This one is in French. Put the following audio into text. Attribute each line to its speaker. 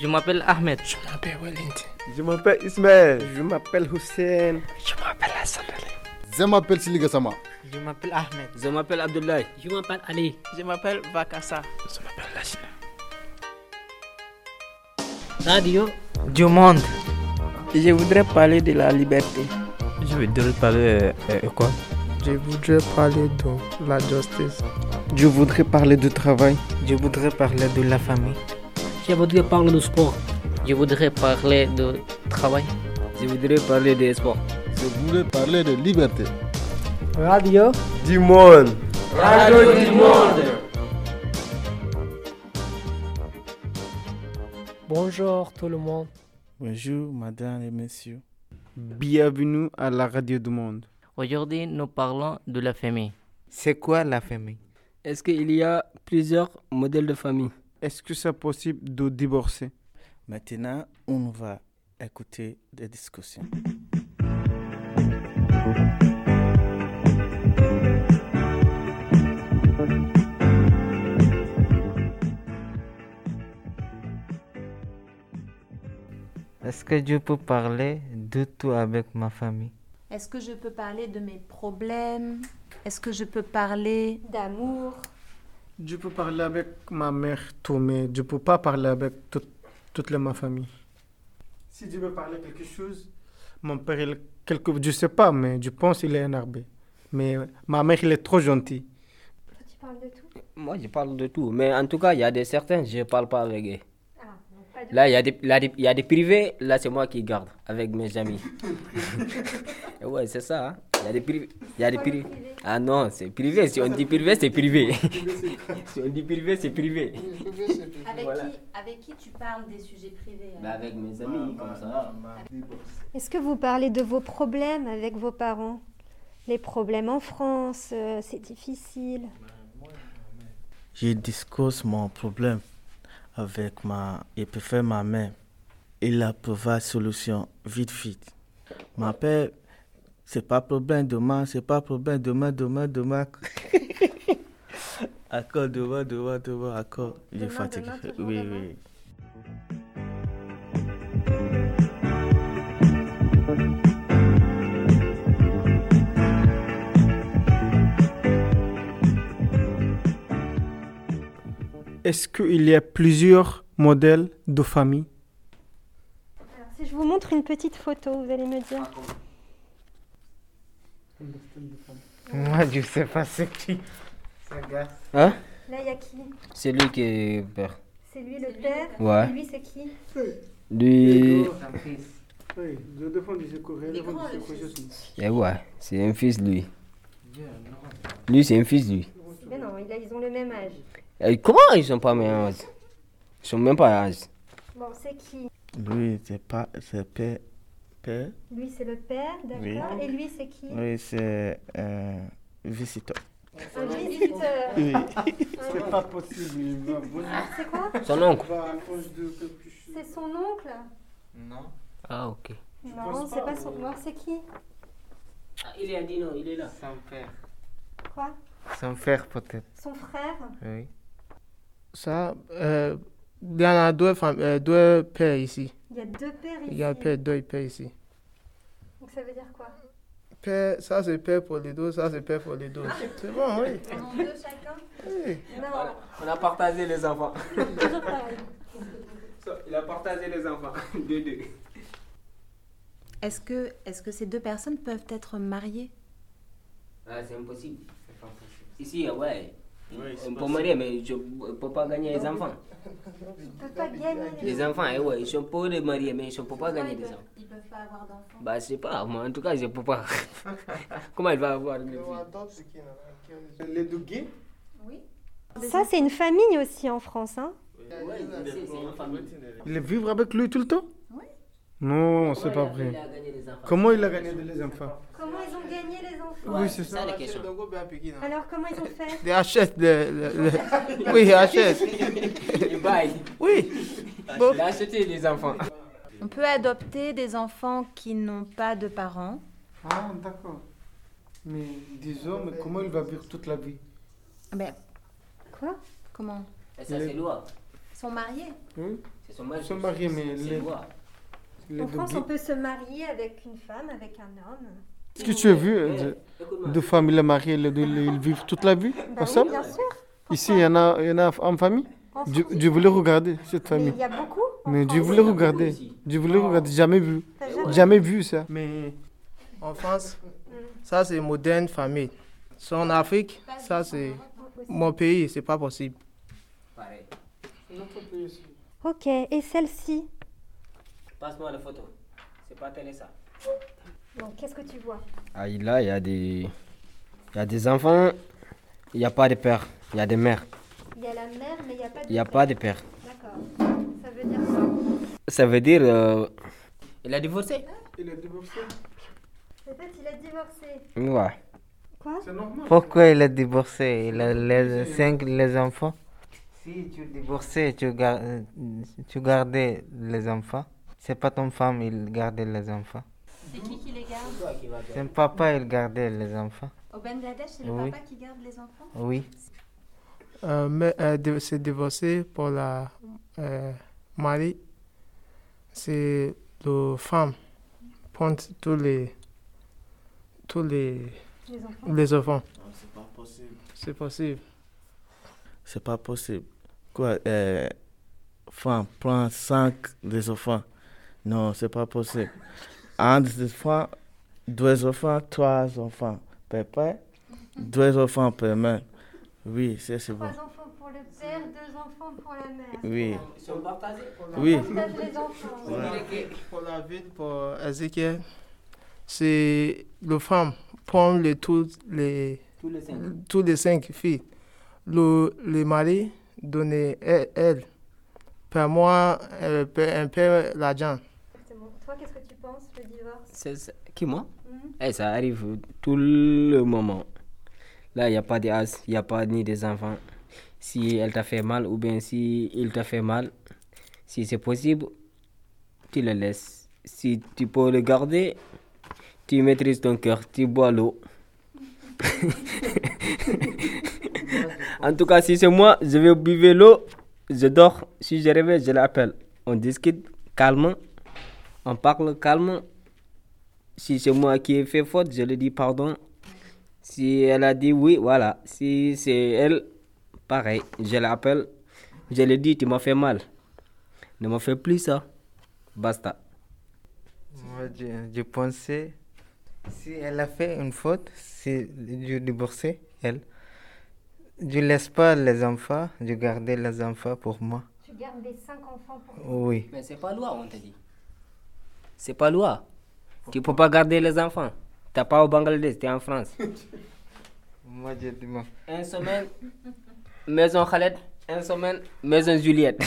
Speaker 1: Je m'appelle Ahmed.
Speaker 2: Je m'appelle Wellington.
Speaker 3: Je m'appelle Ismaël.
Speaker 4: Je m'appelle Hussein.
Speaker 5: Je m'appelle Hassan
Speaker 6: Je m'appelle Siligasama.
Speaker 7: Je m'appelle Ahmed.
Speaker 8: Je m'appelle Abdoulaye.
Speaker 9: Je m'appelle Ali.
Speaker 10: Je m'appelle Vakassa.
Speaker 11: Je m'appelle Lachina.
Speaker 9: Radio
Speaker 1: du monde.
Speaker 10: Je voudrais parler de la liberté.
Speaker 11: Je voudrais parler de quoi
Speaker 12: Je voudrais parler de la justice.
Speaker 13: Je voudrais parler du travail.
Speaker 14: Je voudrais parler de la famille.
Speaker 9: Je voudrais parler du sport.
Speaker 1: Je voudrais parler de travail.
Speaker 8: Je voudrais parler des sports.
Speaker 6: Je voudrais parler de liberté.
Speaker 7: Radio
Speaker 3: du monde.
Speaker 15: Radio du monde.
Speaker 7: Bonjour tout le monde.
Speaker 16: Bonjour madame et messieurs.
Speaker 4: Bienvenue à la radio du monde.
Speaker 1: Aujourd'hui nous parlons de la famille.
Speaker 14: C'est quoi la famille
Speaker 8: Est-ce qu'il y a plusieurs modèles de famille
Speaker 4: Est-ce que c'est possible de divorcer
Speaker 16: Maintenant on va écouter des discussions.
Speaker 14: Est-ce que je peux parler de tout avec ma famille
Speaker 17: Est-ce que je peux parler de mes problèmes Est-ce que je peux parler d'amour
Speaker 3: Je peux parler avec ma mère tout, mais je ne peux pas parler avec tout, toute la, ma famille. Si je veux parler quelque chose, mon père, il, quelque, je ne sais pas, mais je pense qu'il est énervé. Mais ma mère, il est trop gentil.
Speaker 18: Tu parles de tout
Speaker 8: Moi, je parle de tout, mais en tout cas, il y a des certains, je ne parle pas avec eux. Là, il y, y, a des privés, là, c'est moi qui garde avec mes amis. ouais, c'est ça. Il hein. y a des privés. Y a des priv... privé? Ah non, c'est privé. Si on dit privé, c'est privé. si on dit privé, c'est privé.
Speaker 17: Avec, voilà. qui, avec qui tu parles des sujets privés
Speaker 8: hein? bah Avec mes amis, comme ça.
Speaker 18: Est-ce que vous parlez de vos problèmes avec vos parents Les problèmes en France, euh, c'est difficile.
Speaker 16: Je discute mon problème avec ma et préfère ma mère. Il a la solution vite vite. Ma père, c'est pas problème demain, c'est pas problème demain, demain, demain. accord, demain, demain, demain, accord. Il est fatigué. Oui, demain. oui.
Speaker 3: est-ce qu'il y a plusieurs modèles de famille
Speaker 18: Alors, Si je vous montre une petite photo, vous allez me dire.
Speaker 14: Moi, je sais pas c'est qui.
Speaker 8: Hein
Speaker 18: Là, il y a qui
Speaker 8: C'est lui qui est père.
Speaker 18: C'est lui le père
Speaker 8: Ouais.
Speaker 18: Et lui, c'est qui
Speaker 8: Lui.
Speaker 3: Oui, je défends du secours.
Speaker 8: Et eh ouais, c'est un fils lui. Lui, c'est un fils lui.
Speaker 18: Mais non, ils ont le même âge.
Speaker 8: Et comment ils sont pas même âge Ils sont même pas âge.
Speaker 18: Bon, c'est qui
Speaker 16: Lui, c'est pas c'est père, père.
Speaker 18: Lui, c'est le père, d'accord. Oui. Et lui, c'est qui
Speaker 16: Oui, c'est euh, visiteur.
Speaker 18: Un visiteur.
Speaker 16: Oui.
Speaker 3: c'est pas possible.
Speaker 18: c'est quoi
Speaker 8: Son oncle.
Speaker 18: C'est son oncle
Speaker 14: Non. Ah, ok.
Speaker 18: Non, c'est pas son oncle. C'est qui
Speaker 14: ah, Il est dit non, il est là.
Speaker 8: Son père.
Speaker 18: Quoi
Speaker 14: Son frère, peut-être.
Speaker 18: Son frère
Speaker 14: Oui.
Speaker 12: Ça,
Speaker 3: eh,
Speaker 12: euh, il y en a deux, euh, deux pères ici.
Speaker 18: Il y a deux pères ici.
Speaker 12: Il y a père, deux pères ici.
Speaker 18: Donc ça veut dire quoi
Speaker 12: Père, ça c'est père pour les deux, ça c'est père pour les deux. c'est bon, oui.
Speaker 18: En deux chacun
Speaker 12: Oui.
Speaker 18: Non.
Speaker 8: On a partagé les enfants.
Speaker 18: Toujours pareil.
Speaker 8: Il a partagé les enfants, deux, deux.
Speaker 17: Est-ce que, est-ce que ces deux personnes peuvent être mariées
Speaker 8: ah, C'est impossible. C'est pas possible. Ici, ouais. Oui, on peut marier, mais je ne peux pas gagner les enfants.
Speaker 18: Tu peux pas gagner
Speaker 8: les, les enfants. Eh ouais, je peux les marier, mais je ne peux pas gagner
Speaker 17: ils
Speaker 8: des
Speaker 17: peuvent,
Speaker 8: enfants.
Speaker 17: Ils ne peuvent pas avoir d'enfants.
Speaker 8: Bah, je sais pas, moi en tout cas, je ne peux pas. Comment il va avoir des
Speaker 3: Les deux gays
Speaker 17: Oui.
Speaker 18: Ça, c'est une famille aussi en France. Hein?
Speaker 8: Ouais, c'est une famille.
Speaker 3: Il vivre avec lui tout le temps
Speaker 17: Oui.
Speaker 3: Non, c'est pas vrai. Comment il a gagné les enfants
Speaker 18: Comment ils ont gagné les enfants
Speaker 3: Oui, c'est ça. hein,
Speaker 8: la question.
Speaker 18: Alors, comment ils ont fait
Speaker 12: Des HS. De, de- de- oui, HS.
Speaker 8: Et bye.
Speaker 12: Oui. Bon.
Speaker 8: Il a acheté les enfants.
Speaker 17: On peut adopter des enfants qui n'ont pas de parents.
Speaker 3: Ah, d'accord. Mais des hommes, comment il va vivre toute la vie
Speaker 17: Mais
Speaker 18: Quoi
Speaker 17: Ah ben, comment
Speaker 8: Et ça, c'est loi.
Speaker 18: Ils sont mariés.
Speaker 8: C'est son mari.
Speaker 6: Se marier, mais
Speaker 8: C'est- c'est
Speaker 6: les-
Speaker 8: loi.
Speaker 6: les
Speaker 18: en
Speaker 6: deux
Speaker 18: France,
Speaker 6: bi-
Speaker 18: on peut se marier avec une femme, avec un homme.
Speaker 6: Est-ce que tu as vu euh, de- deux femmes, il est marié, les deux, ils vivent toute la vie
Speaker 18: Bah
Speaker 6: ensemble
Speaker 18: oui, bien sûr.
Speaker 6: Ici, il y en a, il y en a en famille.
Speaker 18: En
Speaker 6: Je,
Speaker 18: France,
Speaker 6: je voulais regarder cette
Speaker 18: Mais
Speaker 6: famille.
Speaker 18: il y a beaucoup. en
Speaker 6: Mais je
Speaker 18: France.
Speaker 6: voulais regarder. Je voulais regarder. Jamais vu.
Speaker 18: T'as jamais-
Speaker 6: Jamais vu ça.
Speaker 3: Mais en France, ça c'est moderne famille. C'est en Afrique, ça c'est mon pays, c'est pas possible.
Speaker 18: Ok, et celle-ci
Speaker 8: Passe-moi la photo. C'est pas télé ça.
Speaker 18: Donc, qu'est-ce que tu vois
Speaker 8: Ah, il- là, il y a des. Il y a des enfants, il n'y a pas de père, il y a des mères.
Speaker 18: Il y a la mère, mais il n'y a pas de
Speaker 8: Il n'y a
Speaker 18: père.
Speaker 8: pas de père.
Speaker 18: D'accord. Ça veut dire quoi
Speaker 8: Ça veut dire. euh, Il a divorcé
Speaker 6: Il est divorcé.
Speaker 18: En fait, il a divorcé.
Speaker 8: Ouais.
Speaker 18: Quoi
Speaker 6: C'est normal.
Speaker 1: Pourquoi il a divorcé Il a les cinq les enfants. Si tu divorçais, tu, gar- euh, tu gardais les enfants. C'est pas ton femme, il gardait les enfants.
Speaker 17: C'est qui qui les garde
Speaker 1: Ton papa, il gardait les enfants.
Speaker 17: Au Bangladesh, c'est le
Speaker 1: Oui.
Speaker 17: papa qui garde les enfants
Speaker 1: Oui.
Speaker 3: Euh, mais euh, de- se divorcer pour la euh, mari, c'est la femme prendre tous les tous les
Speaker 18: Les enfants.
Speaker 3: les enfants.
Speaker 7: Ah, C'est pas possible.
Speaker 3: C'est possible.
Speaker 7: C'est pas possible. Quoi, euh, femme prend cinq des enfants. Non, c'est pas possible. Un des enfants, deux enfants, trois enfants. Papa, deux enfants per mère. Oui, c'est c'est bon.
Speaker 18: Trois enfants pour le père, deux enfants pour la mère.
Speaker 7: Oui.
Speaker 8: Ils sont partagés.
Speaker 7: Oui.
Speaker 18: Partage les enfants.
Speaker 3: Pour la ville, pour Ezekiel, c'est le femme prend les, tous, les,
Speaker 8: Tous les cinq.
Speaker 3: tous les cinq filles. Le, le mari donnait elle, elle. Par moi, euh, elle paie- elle paie l'argent.
Speaker 18: Exactement. Toi, qu'est-ce que tu penses, le divorce
Speaker 8: C'est- c'est- Qui, moi
Speaker 18: Mhm.
Speaker 8: Eh, Ça arrive tout le moment. Là, il n'y a pas d'âge, il n'y a pas ni des enfants. Si elle t'a fait mal ou bien si il t'a fait mal, si c'est possible, tu le laisses. Si tu peux le garder, tu maîtrises ton cœur, tu bois l'eau. en tout cas, si c'est moi, je vais buvre l'eau, je dors. Si je réveille, je l'appelle. On discute calme, on parle calme. Si c'est moi qui ai fait faute, je lui dis pardon. Si elle a dit oui, voilà. Si c'est elle, pareil, je l'appelle. Je lui dis, tu m'as fait mal. Ne me fais plus ça. Basta.
Speaker 1: Moi, je, je pensais, si elle a fait une faute, si je divorçais elle, je laisse pas les enfants, je gardais les enfants pour moi.
Speaker 18: Tu gardes les cinq enfants pour
Speaker 1: Oui.
Speaker 8: Mais c'est pas loi, on te dit. C'est pas loi. Tu peux pas garder les enfants. T'as pas au Bangladesh, t'es en France.
Speaker 1: Moi, je demande.
Speaker 8: Une semaine, maison Khaled. Une semaine, maison Juliette.